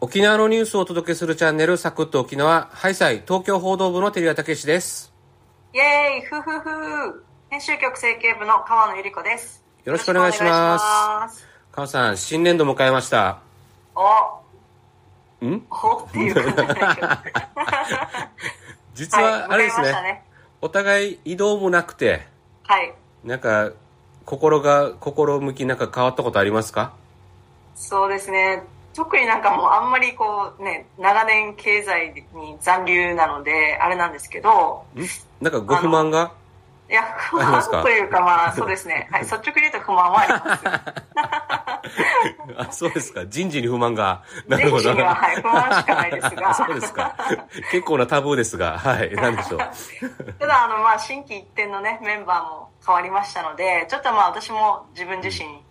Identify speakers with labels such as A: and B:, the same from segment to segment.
A: 沖縄のニュースをお届けするチャンネル、サクッと沖縄、ハイサイ、東京報道部の照屋武史です。
B: イエーイふふふ編集局整形部の川野ゆり子です。
A: よろしくお願いします
B: よろしくお願いします。
A: カオさん、新年度迎えました。
B: お
A: ん
B: おっていうことなんだけ ど
A: 実は、あれです
B: はい、迎
A: ね、
B: えましたね。
A: お互い移動もなくて、
B: はい。
A: なんか、心が、心向きなんか変わったことありますか
B: そうですね。特になんかもうあんまりこうね、長年経済に残留なので、あれなんですけど、
A: んなんかご不満が
B: いや、不
A: ありますか
B: 満というかまあそうですね。はい、率直に言うと不満はあります。
A: あ、そうですか。人事に不満が。 なるほど。
B: 人事にははい不満しかないですが
A: あ そうですか。結構なタブーですが、はい、なんでしょう。
B: ただあのまあ新規一点のねメンバーも変わりましたのでちょっとまあ私も自分自身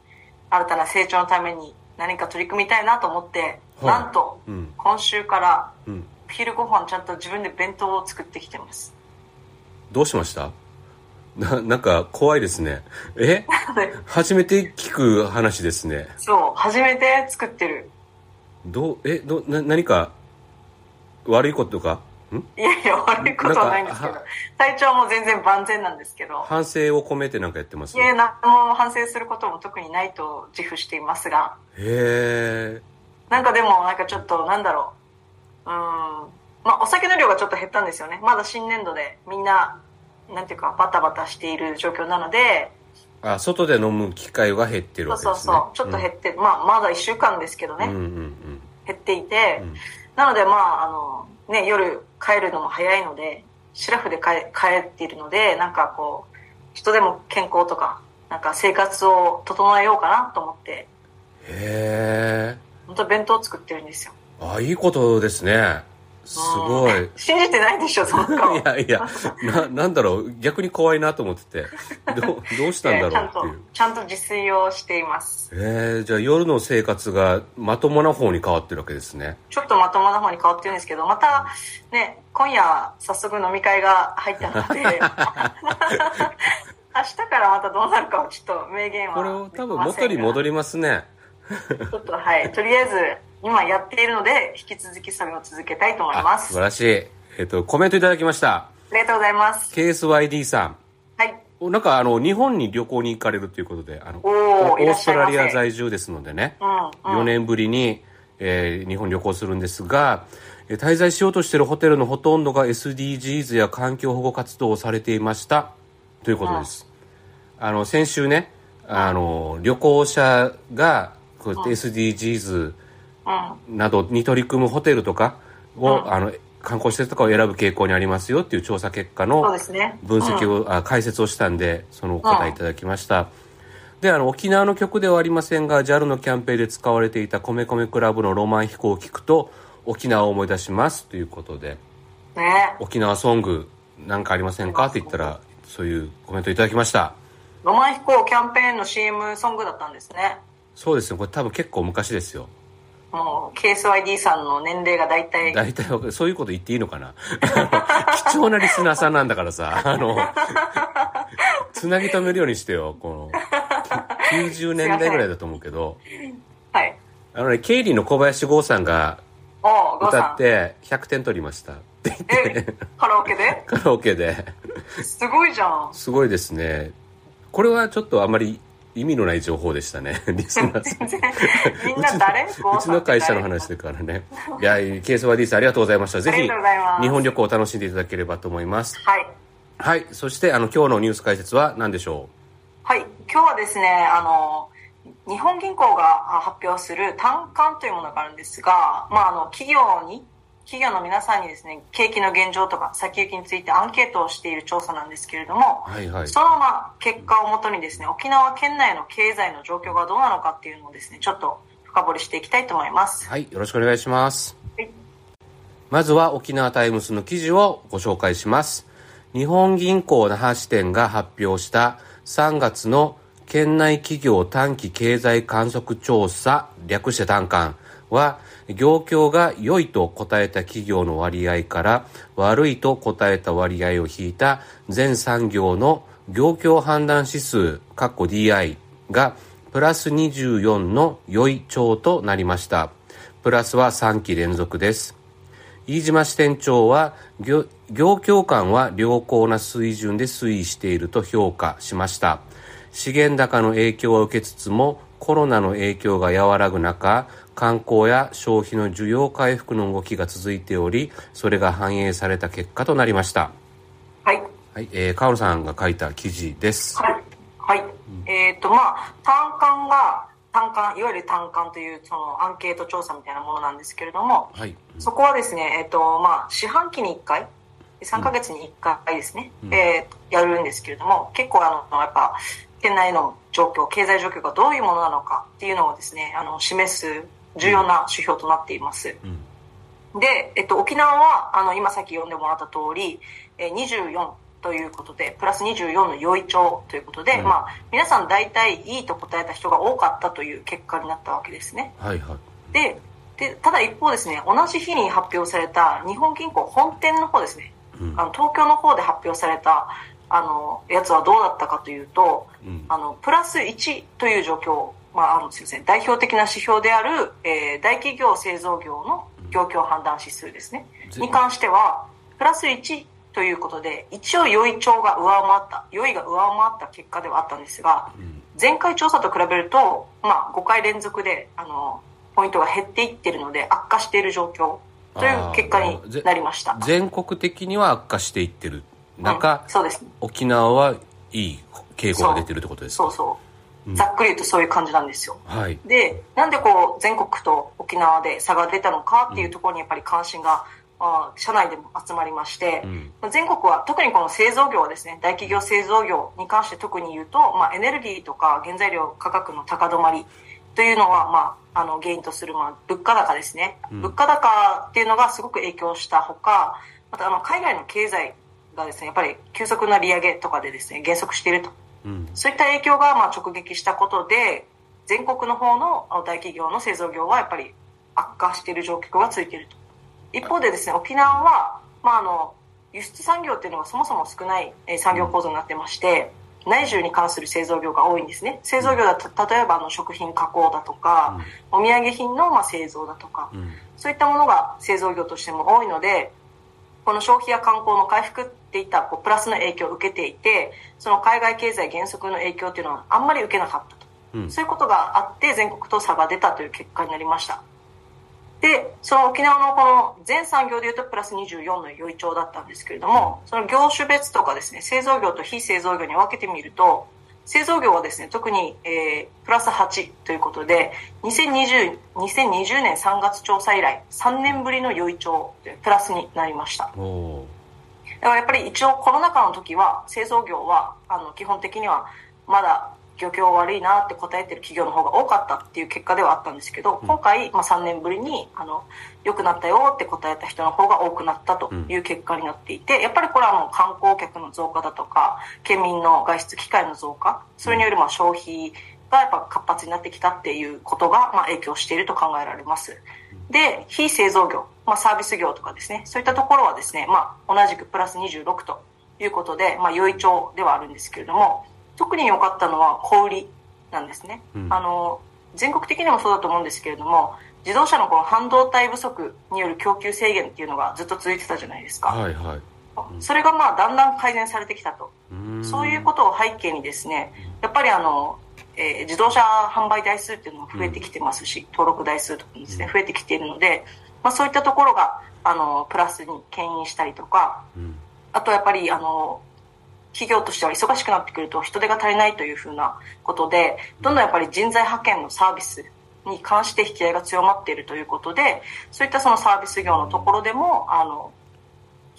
B: 新たな成長のために何か取り組みたいなと思って、
A: はい
B: なんと、
A: うん
B: 今週から
A: うん。
B: お昼ご飯ちゃんと自分で弁当を作ってきてます
A: どうしましたな、なんか怖いですね。え初めて聞く話ですね。
B: そう初めて作ってる
A: どう、え、どう、な、何か、悪いことかん
B: いやいや悪いことはないんですけど
A: なんか
B: 体調も全然万全なんですけど
A: 反省を込めてなんかやってます
B: いや何も反省することも特にないと自負していますが
A: へえ。
B: なんかでも、なんかちょっと、なんだろう。うーん。まあ、お酒の量がちょっと減ったんですよね。まだ新年度で、みんな、なんていうか、バタバタしている状況なので、
A: あ、外で飲む機会が減ってる
B: そう
A: わけ
B: そ
A: で
B: う
A: す
B: そ
A: ね。
B: う、ちょっと減って、まあ、まだ1週間ですけどね、
A: うんうんうん
B: 減っていて、
A: うん
B: なので、まあ、あの、ね、夜帰るのも早いので、シラフで帰帰っているので、なんかこう、人でも健康とか、なんか生活を整えようかなと思って、
A: へえ。
B: 本当弁当作ってるんですよ。
A: あ、いいことですね。すご
B: う
A: い
B: ん。信じてないでしょ、その 顔。
A: いやいや、な、なんだろう、逆に怖いなと思ってて。どう、どうしたんだろうっていう。
B: ちゃんとちゃんと自炊をしています
A: えー、じゃあ夜の生活がまともな方に変わってるわけですね。
B: ちょっとまともな方に変わってるんですけどまたね今夜早速飲み会が入ったので明 日からまたどうなるかをちょっと明言は
A: これを多分元に戻
B: り
A: りますね。
B: ちょっとはいとりあえず今やっているので引き続きそれを続けたいと思いま
A: あ、素
B: す
A: 晴
B: あ
A: らしい。えっと、コメントいただきました。
B: りがとうございます
A: KSYD さん。
B: はい
A: おなんかあの、日本に旅行に行かれるということで、あの、
B: おー
A: オ
B: いら
A: ー
B: っ
A: ス
B: し
A: ト
B: ゃいま
A: ラ
B: せ
A: リア在住ですのでね。
B: うんうん
A: 4年ぶりに、えー日本旅行するんですが、えー滞在しようとしているホテルのほとんどが SDGs や環境保護活動をされていましたということです、あの先週ねあの旅行者がこうやって SDGs
B: うん
A: などに取り組むホテルとかを、あの観光施設とかを選ぶ傾向にありますよっていう調査結果の
B: そうですね
A: 分析を、あ解説をしたんでそのお答えいただきました、であの沖縄の曲ではありませんが JAL のキャンペーンで使われていた米米クラブの「ロマン飛行」を聞くと沖縄を思い出しますということで
B: ね
A: 沖縄ソングなんかありませんかって言ったらそういうコメントいただきました
B: ロマン飛行キャンペーンの CM ソングだったんですね
A: そうですねこれ多分結構昔ですよ
B: もう KSYD さんの年齢が大体
A: 大体わかるそういうこと言っていいのかな あの貴重なリスナーさんなんだからさあのつなぎ止めるようにしてよこの90年代ぐらいだと思うけど
B: はい
A: あのね、ケイリーの小林剛さんが
B: おうゴー
A: 歌
B: さ
A: っ
B: ん
A: て100点取りました。って
B: えカラオケで
A: カラオケで。
B: すごいじ ゃん
A: すごいですね。これはちょっとあまり意味のない情報でしたね。リスナーさん。
B: 全然みんな誰
A: うちの
B: ゴ
A: う
B: ー
A: ち
B: さん
A: の
B: って誰
A: 会社の話だからね。いや、ケースワディさんありがとうございました。ぜ
B: あ
A: ひ
B: りがとうございます、
A: 日本旅行を楽しんでいただければと思います。
B: はい
A: はい。そして、あの、今日のニュース解説は何でしょ
B: はい今日はですねあの日本銀行があ発表する単管というものがあるんですが、まあ、あの企業に企業の皆さんにですね景気の現状とか先行きについてアンケートをしている調査なんですけれども、
A: うはいはい。
B: そのまま結果をもとにですね沖縄県内の経済の状況がどうなのかっていうのをですねちょっと深掘りしていきたいと思います
A: はい。よろしくお願いします。
B: はい
A: まずは沖縄タイムスの記事をご紹介します。日本銀行那覇支店が発表した3月の県内企業短期経済観測調査略して短観は業況が良いと答えた企業の割合から悪いと答えた割合を引いた全産業の業況判断指数かっこ DI がプラス24の良い調となりました。プラスは3期連続です。飯島支店長は業業況間は良好な水準で推移していると評価しました資源高の影響を受けつつもコロナの影響が和らぐ中観光や消費の需要回復の動きが続いておりそれが反映された結果となりました
B: はい。
A: はい、えー、河野さんが書いた記事です
B: はい。はい。えっ、と、まあ、単管が、単管、いわゆる単管という、そのアンケート調査みたいなものなんですけれども、
A: はい
B: そこはですね、えっ、と、まあ、四半期に1回、3ヶ月に1回ですね、
A: うん
B: えーやるんですけれども、結構、あの、やっぱ、県内の状況、経済状況がどういうものなのかっていうのをですね、あの、示す重要な指標となっています。
A: うん
B: で、えっと、沖縄は、あの、今さっき読んでもらった通り、えー24ということで、プラス24の養意帳ということで、
A: うん
B: まあ、皆さん大体いいと答えた人が多かったという結果になったわけですね。
A: はいはい
B: で、で、ただ一方ですね、同じ日に発表された日本銀行本店の方ですね、
A: うん
B: あの東京の方で発表された、あの、やつはどうだったかというと、
A: うん
B: あの、プラス1という状況、まあ、あの、すいません、代表的な指標である、えー大企業製造業の業況判断指数ですね。
A: ぜ
B: に関しては、プラス1ということで、一応、良い調が上回った、良いが上回った結果ではあったんですが、
A: うん
B: 前回調査と比べると、まあ、5回連続で、あの、ポイントが減っていってるので、悪化している状況という結果に
A: あーぜ
B: なりました。
A: 全国的には悪化していってる
B: う
A: 中
B: ん、そうですね。
A: 沖縄はいい傾向が出てるってことですか
B: そうそうう。
A: ん
B: ざっくり言うとそういう感じなんですよ。
A: はい
B: で、なんでこう、全国と沖縄で差が出たのかっていうところにやっぱり関心が、あー社内でも集まりまして、
A: うん
B: 全国は特にこの製造業はですね大企業製造業に関して特に言うと、まあ、エネルギーとか原材料価格の高止まりというのは、まあ、あの原因とする、まあ、物価高ですね、
A: うん
B: 物価高っていうのがすごく影響したほかまたあの海外の経済がですねやっぱり急速な利上げとかでですね減速していると
A: うん
B: そういった影響がまあ直撃したことで全国の方のあの大企業の製造業はやっぱり悪化している状況がついていると一方でですね沖縄は、まあ、あの輸出産業っていうのがそもそも少ないえー産業構造になってまして内需に関する製造業が多いんですね製造業だと例えばあの食品加工だとかお土産品のまあ製造だとか
A: うん
B: そういったものが製造業としても多いので、この消費や観光の回復っていったこうプラスの影響を受けていて、その海外経済減速の影響っていうのはあんまり受けなかったと。
A: うん
B: そういうことがあって全国と差が出たという結果になりました。で、その沖縄のこの全産業でいうとプラス24の余位調だったんですけれども、その業種別とかですね、製造業と非製造業に分けてみると、製造業はですね、特に、えープラス8ということで、2020, 2020年3月調査以来、3年ぶりの余位調、プラスになりました。
A: おお
B: だからやっぱり一応コロナ禍の時は製造業はあの基本的にはまだ漁協悪いなって答えてる企業の方が多かったっていう結果ではあったんですけど、今回、まあ、3年ぶりにあの良くなったよって答えた人の方が多くなったという結果になっていて、やっぱりこれはもう観光客の増加だとか県民の外出機会の増加それによるまあ消費がやっぱ活発になってきたっていうことがまあ影響していると考えられます。で、非製造業、まあ、サービス業とかですね、そういったところはですね、まあ、同じくプラス26ということで、まあ、良い調ではあるんですけれども、特に良かったのは小売りなんですね。
A: うん
B: あの、全国的にもそうだと思うんですけれども、自動車のこの半導体不足による供給制限っていうのがずっと続いてたじゃないですか。
A: はいはい
B: それがまあ、だんだん改善されてきたと。
A: うん
B: そういうことを背景にですね、やっぱりあの、えー自動車販売台数っていうのも増えてきてますし、登録台数とかもですね
A: う、ん
B: 増えてきているので、まあそういったところが、あの、プラスに牽引したりとか、
A: うん
B: あとやっぱり、あの、企業としては忙しくなってくると人手が足りないというふうなことで、どんどんやっぱり人材派遣のサービスに関して引き合いが強まっているということで、そういったそのサービス業のところでも、あの、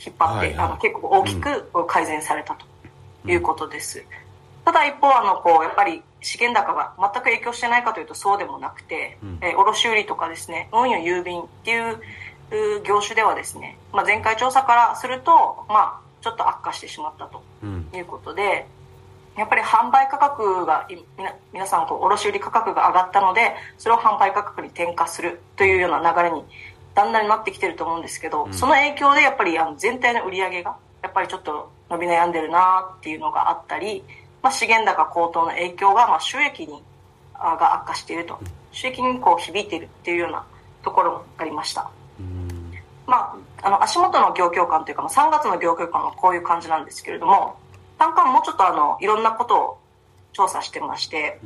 B: 引っ張って、
A: はいはい
B: あの結構大きく改善されたということです。ただ一方、あの、こう、やっぱり資源高が全く影響してないかというとそうでもなくて、
A: うん
B: えー卸売とかですね、運輸郵便っていうう業種ではですね、まあ、前回調査からすると、まあ、ちょっと悪化してしまったと
A: うん
B: いうことで、やっぱり販売価格が、いみな皆さんこう、卸売価格が上がったので、それを販売価格に転嫁するというような流れにだんだんなってきてると思うんですけど、
A: うん
B: その影響でやっぱりあの全体の売り上げが、やっぱりちょっと伸び悩んでるなっていうのがあったり、まあ、資源高高騰の影響が、まあ、収益にあが悪化していると、収益にこう響いているっていうようなところもありました。まあ、あの足元の業況感というか、まあ3月の業況感はこういう感じなんですけれども、単価はもうちょっとあのいろんなことを調査してまして、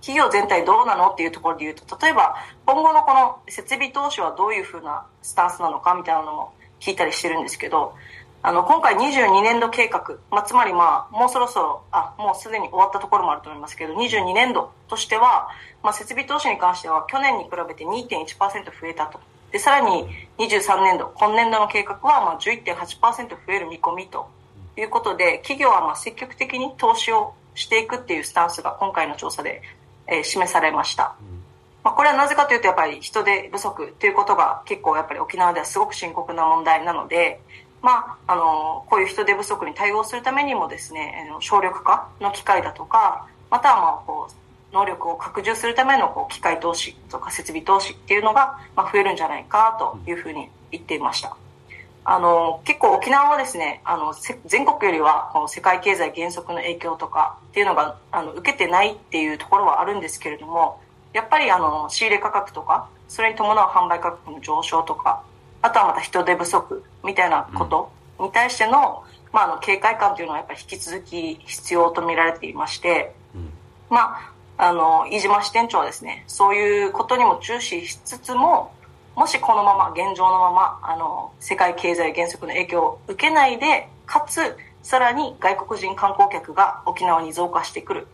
B: 企業全体どうなのっていうところで言うと、例えば今後のこの設備投資はどういうふうなスタンスなのかみたいなのも聞いたりしてるんですけど、あの今回22年度計画、まあ、つまりまあもうそろそろあもうすでに終わったところもあると思いますけど22年度としては、まあ、設備投資に関しては去年に比べて2.1%増えたとでさらに23年度今年度の計画はまあ11.8%増える見込みということで企業はまあ積極的に投資をしていくっていうスタンスが今回の調査で、えー示されました。まあ、これはなぜかというとやっぱり人手不足ということが結構やっぱり沖縄ではすごく深刻な問題なので、まあ、あのこういう人手不足に対応するためにもですねあの省力化の機会だとかまたはまあこう能力を拡充するためのこう機械投資とか設備投資っていうのがまあ増えるんじゃないかというふうに言っていました。あの結構沖縄はですねあのせ全国よりはこの世界経済減速の影響とかっていうのがあの受けてないっていうところはあるんですけれどもやっぱりあの仕入れ価格とかそれに伴う販売価格の上昇とかあとはまた人手不足みたいなことに対しての,、まあ、あの警戒感というのはやっぱり引き続き必要と見られていまして。まあ、あの飯島支店長はですねそういうことにも注視しつつももしこのまま現状のままあの世界経済減速の影響を受けないでかつさらに外国人観光客が沖縄に増加してくる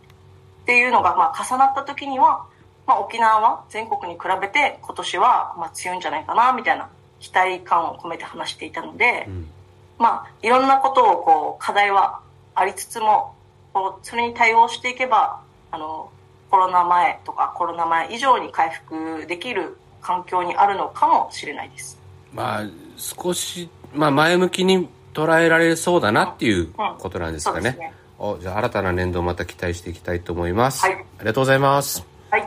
B: っていうのが、まあ、重なった時には、まあ、沖縄は全国に比べて今年はまあ強いんじゃないかなみたいな期待感を込めて話していたので。まあ、いろんなことをこう課題はありつつもこうそれに対応していけばあのコロナ前とかコロナ前以上に回復できる環境にあるのかもしれないです。
A: まあ少し、まあ、前向きに捉えられそうだなっていうことなんですかね,、
B: うんそうですね
A: おじゃあ新たな年度をまた期待していきたいと思います、
B: はい
A: ありがとうございます
B: はい、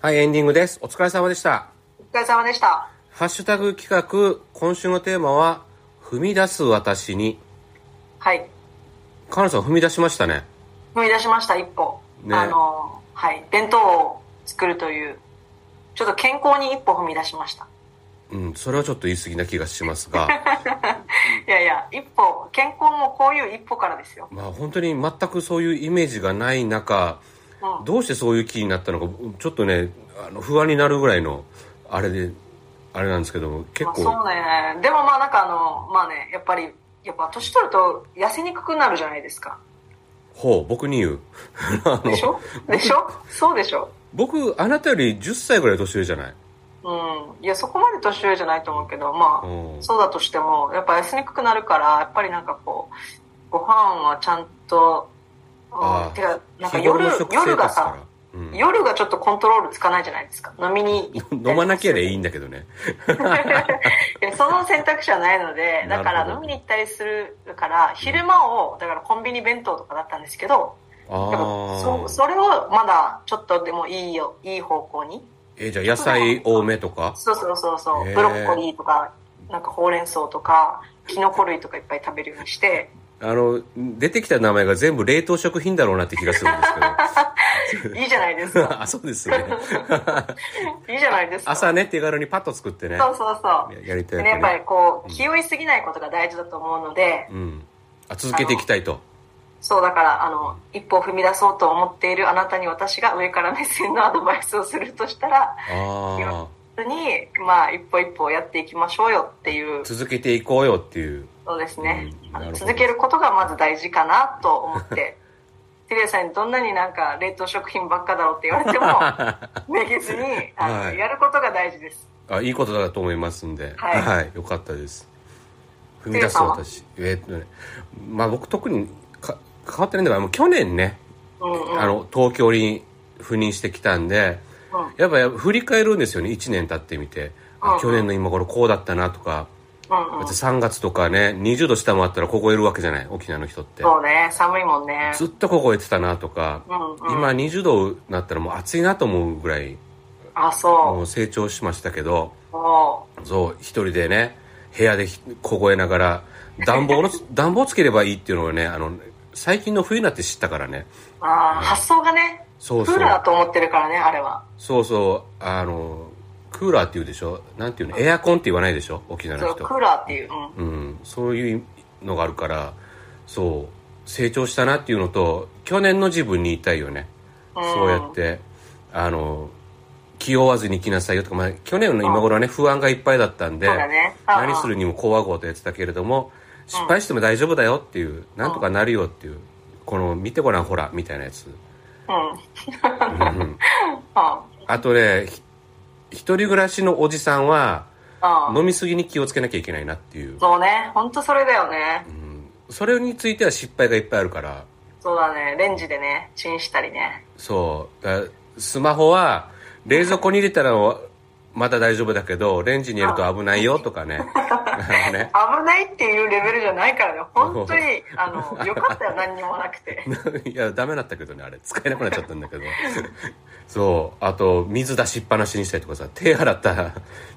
A: はいエンディングですお疲れ様でした
B: お疲れ様でした。
A: ハッシュタグ企画今週のテーマは踏み出す私に
B: はい、
A: カナさん踏み出しましたね
B: 踏み出しました一歩。
A: ね
B: あのはい、弁当を作るというちょっと健康に一歩踏み出しました。
A: うんそれはちょっと言い過ぎな気がしますが
B: いやいや、一歩健康もこういう一歩からですよ。
A: まあ本当に全くそういうイメージがない中
B: うん
A: どうしてそういう気になったのかちょっとねあの不安になるぐらいのあれであれなんですけども結
B: まあ、
A: 構、
B: そうねでもまあなんかあのまあねやっぱりやっぱ年取ると痩せにくくなるじゃないですか
A: ほう僕に言うあの
B: でしょでしょそうでしょ
A: 僕あなたより10歳ぐらい年上じゃない
B: うんいやそこまで年上じゃないと思うけどまあ、
A: うん
B: そうだとしてもやっぱ痩せにくくなるからやっぱりなんかこうご飯はちゃんと、
A: あ
B: う
A: あ
B: ん、てかなんか
A: 日頃
B: 夜
A: の食生
B: 夜が
A: 活か
B: さ
A: ら、うん、
B: 夜がちょっとコントロールつかないじゃないですか飲みに行ったりとか
A: 飲まなきゃでいいんだけどね
B: いやその選択肢はないのでだか
A: なるほ
B: ら飲
A: ど
B: みに行ったりするから昼間をだからコンビニ弁当とかだったんですけど
A: あ
B: だからそ
A: あ
B: それをまだちょっとでもいいよいい方向に
A: えじゃあ野菜多めとか
B: そうそうそうそう
A: へー
B: ブロッコリーとかなんかほうれん草とかキノコ類とかいっぱい食べるようにして
A: あの出てきた名前が全部冷凍食品だろうなって気がするんです
B: いいじゃないです
A: けど
B: か
A: あそうですね
B: いいじゃないですか
A: 朝ね手軽にパッと作ってね
B: そうそうそう
A: やりたいやつ
B: でねやっぱり
A: ね
B: こう気負いすぎないことが大事だと思うので
A: うんあ続けていきたいと
B: そうだからあの一歩を踏み出そうと思っているあなたに私が上から目線のアドバイスをするとしたら
A: ああ
B: 本当にまあ一歩一歩やっていきましょうよっていう
A: 続けていこうよっていう
B: そうですね
A: うん。
B: あ
A: なる
B: の
A: ほど
B: 続けることがまず大事かなと 思って。テレさんにどんなになんか冷凍食品ばっかだろうって言われ てもめげずにあの、
A: はい
B: やることが大事です
A: あいいことだと思いますんで、は、
B: はいい
A: よかったです。踏み出す
B: ていうか
A: 私、えっとね、まあ僕特にか変わってないんだから、もう去年ね、
B: うんうん
A: あの東京に赴任してきたんで、
B: うん
A: やっぱやっぱ振り返るんですよね、1年経ってみて、あ
B: うん
A: 去年の今頃こうだったなとか、
B: うんうん
A: 3月とかね、20度下回ったら凍えるわけじゃない、沖縄の人って。
B: そうね寒いもんね
A: ずっと凍えてたなとか、
B: うんうん
A: 今20度になったらもう暑いなと思うぐらい、
B: あそ
A: もう成長しましたけど、
B: うも
A: そう一人でね部屋でひ凍えながら暖房の 暖房つければいいっていうのをねあの最近の冬になって知ったからね
B: うあー発想がね
A: そうそ
B: プー
A: う
B: ルだと思ってるからねあれは
A: そうそうあのクーラーって言うでしょなんていうのエアコンって言わないでしょ沖縄
B: そ
A: の
B: うク
A: 人
B: ーラーっていう、うん、
A: うんそういうのがあるからそう成長したなっていうのと去年の自分に言いたいよね、
B: うん
A: そうやってあの気負わずに行きなさいよとか、まあ、去年の今頃はね不安がいっぱいだったんで、
B: そうだねうんうん
A: 何するにもこわごわとやってたけれども失敗しても大丈夫だよっていう、なんとかなるよっていうこの見てごらんほらみたいなやつ、
B: うん、うん、
A: うん うんあとねひ一人暮らしのおじさんは
B: うん
A: 飲みすぎに気をつけなきゃいけないなっていう、
B: そうね本当それだよね、
A: うん、それについては失敗がいっぱいあるから
B: そうだねレンジでねチンしたりね
A: そうだスマホは冷蔵庫に入れたらまだ大丈夫だけどレンジに入れると危ないよとか ねなんか ね
B: 危ないっていうレベルじゃないからね本 当にあのよかったよ何にもなくて
A: いやダメだったけどねあれ使えなくなっちゃったんだけどそうあと水出しっぱなしにしたりとかさ手洗ったら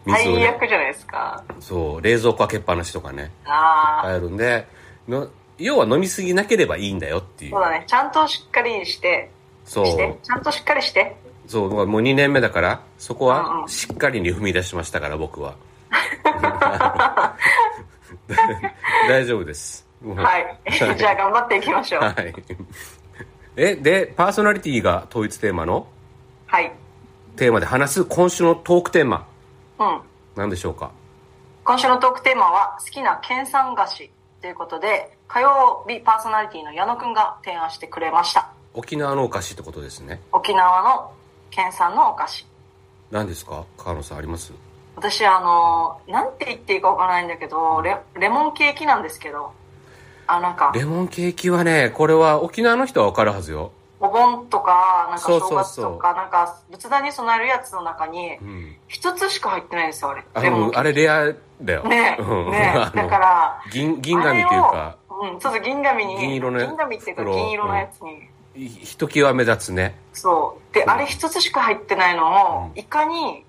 A: 水を、
B: 最
A: ね、
B: 悪じゃないですか
A: そう冷蔵庫開けっぱなしとかね
B: ああ
A: あるんでの要は飲みすぎなければいいんだよっていう
B: そうだねちゃんとしっかりして
A: そう
B: してちゃんとしっかりして
A: そうもう2年目だからそこ
B: うん
A: は
B: うん
A: しっかりに踏み出しましたから僕 は大丈夫ですもう
B: はい じゃあ頑張っていきましょう
A: はいえでパーソナリティが統一テーマの
B: はい
A: テーマで話す今週のトークテーマ
B: うん
A: 何でしょうか
B: 今週のトークテーマは好きな県産菓子ということで火曜日パーソナリティの矢野くんが提案してくれました
A: 沖縄のお菓子ってことですね
B: 沖縄の県産のお菓子
A: 何ですか川野さんあります
B: 私あのなんて言っていいかわからないんだけどレレモンケーキなんですけどあなんか
A: レモンケーキはねこれは沖縄の人は分かるはずよ、
B: お盆とかなんか
A: そう
B: 正
A: そう
B: 月
A: そ
B: と
A: う
B: かなんか仏壇に備えるやつの中に
A: うん、
B: 一つしか入ってないんですよあれ
A: あ
B: レモ
A: の
B: ンケー
A: あれレアだよ、
B: キねえ
A: うん
B: ね
A: あ
B: えだ
A: の
B: から
A: 銀銀紙というか
B: あれをうんそうそう銀紙に
A: 銀色のやつ
B: 銀紙っていうか
A: 袋
B: 銀色のやつに、
A: いひときわ目立つね
B: そう。で、あれ一つしか入ってないの
A: う
B: を、
A: ん
B: いかに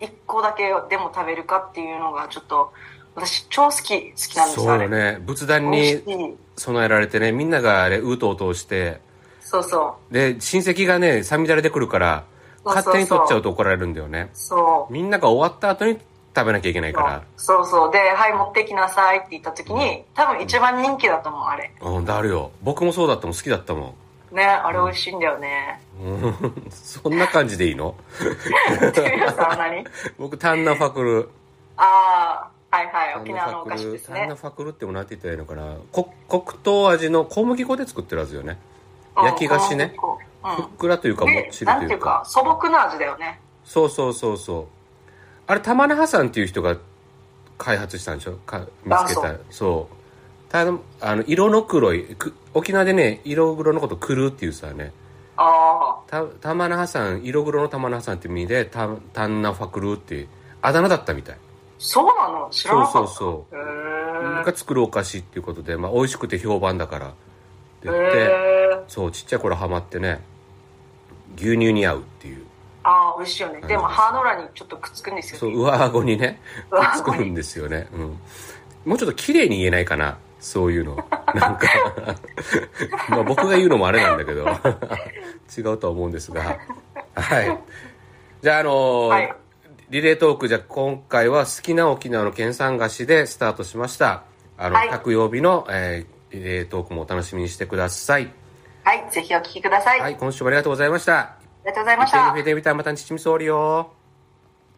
B: 一個だけでも食べるかっていうのが、ちょっと、私超好き、好きなんです
A: そ
B: よ。
A: う
B: あれ
A: よね仏壇
B: 美味し
A: に
B: い。
A: 備えられてねみんながあれうとうとして
B: そうそう。
A: で親戚がねさみだれてくるから
B: そうそうそう
A: 勝手に取っちゃうと怒られるんだよね
B: そう。
A: みんなが終わった後に食べなきゃいけないから
B: そうそう。で、はい、持ってきなさいって言った時に、多分一番人気だと思う、あれ。
A: うんだあるよ僕もそうだったもん好き だったも
B: ね、あれ美味しいんだよね。
A: んうんそんな感じでいいの
B: ていうやつは何
A: 僕タンナファクル
B: ああ、はいはい、
A: タン
B: 沖
A: ナ
B: 縄
A: フ
B: のお
A: ァ
B: 菓
A: ク
B: 子
A: ル
B: です
A: タン
B: ね
A: ナ。ファクルってもなんて言ったらいいのかなこ黒糖味の小麦粉で作ってるはずよね
B: うん
A: 焼き菓子ね。ふっ
B: う
A: くらというか
B: ん。
A: もっ
B: で、
A: ちり
B: な
A: と
B: ん
A: い
B: ていうう
A: か
B: か、素朴な味だよね。
A: そうそうそうそうあれ玉那覇さんっていう人が開発したんでしょか見つけた
B: あ
A: そうただあの色の黒いく沖縄でね色黒のこと「くる」っていうさね
B: あ
A: た玉那覇さん色黒の玉那覇さんって意味で「たタンナファクル」ってあだ名だったみたい
B: あ、そうなの知ら
A: そ
B: な
A: う
B: かった。
A: そうそ
B: へ
A: う
B: ー
A: が作るお菓子っていうことで、まあ、美味しくて評判だからって言って、
B: へー
A: そうちっちゃい頃ハマってね牛乳に合うっていう
B: ああ美味しいよね
A: うん
B: でもハードラにちょっとくっつくんです
A: そ
B: よ
A: う
B: ね
A: 上顎にね
B: 上顎に
A: 作るんですよね、うん、もうちょっと綺麗に言えないかなそういうのなんか まあ僕が言うのもあれなんだけど 違うとは思うんですがはいじゃああのー
B: はい
A: リレートークじゃあ今回は好きな沖縄の県産菓子でスタートしましたあの、
B: はい
A: 各曜日の、えーリレートークもお楽しみにしてください
B: はいぜひお聞きください、
A: は
B: あり
A: い今週もありがとうございました
B: がとうございまし
A: テレ
B: た
A: ビで見たらまたチチミソーリよ